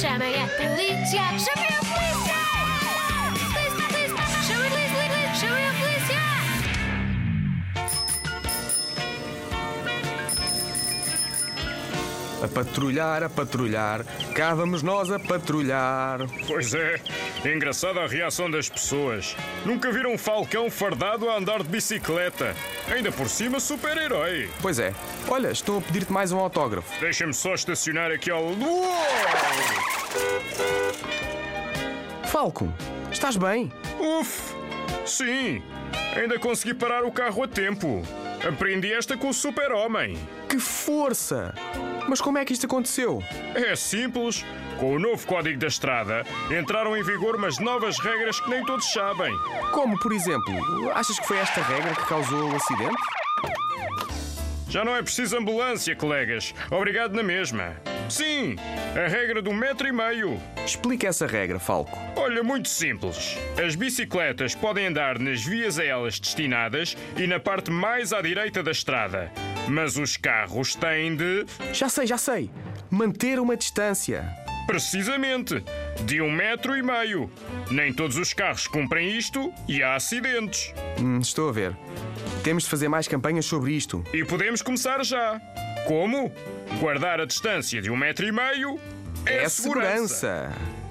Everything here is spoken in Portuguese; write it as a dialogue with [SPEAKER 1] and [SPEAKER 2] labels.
[SPEAKER 1] Chamei a polícia! Chamei a polícia! Polícia, polícia! Chamei a polícia! polícia, Chamei a polícia!
[SPEAKER 2] A patrulhar, a patrulhar, cá vamos nós a patrulhar.
[SPEAKER 3] Pois é, engraçada a reação das pessoas. Nunca viram um falcão fardado a andar de bicicleta. Ainda por cima, super-herói.
[SPEAKER 2] Pois é, olha, estou a pedir-te mais um autógrafo.
[SPEAKER 3] Deixa-me só estacionar aqui ao. Uou!
[SPEAKER 2] Falcon, estás bem?
[SPEAKER 3] Uf! Sim, ainda consegui parar o carro a tempo. Aprendi esta com o super-homem.
[SPEAKER 2] Que força! Mas como é que isto aconteceu?
[SPEAKER 3] É simples. Com o novo Código da Estrada, entraram em vigor umas novas regras que nem todos sabem.
[SPEAKER 2] Como, por exemplo, achas que foi esta regra que causou o acidente?
[SPEAKER 3] Já não é preciso ambulância, colegas. Obrigado na mesma. Sim, a regra do metro e meio.
[SPEAKER 2] Explica essa regra, Falco.
[SPEAKER 3] Olha, muito simples. As bicicletas podem andar nas vias a elas destinadas e na parte mais à direita da estrada. Mas os carros têm de,
[SPEAKER 2] Já sei, já sei. Manter uma distância.
[SPEAKER 3] precisamente, de um metro e meio. Nem todos os carros cumprem isto e há acidentes.
[SPEAKER 2] Hum, estou a ver. Temos de fazer mais campanhas sobre isto.
[SPEAKER 3] E podemos começar já. Como? Guardar a distância de um metro e meio é,
[SPEAKER 2] segurança.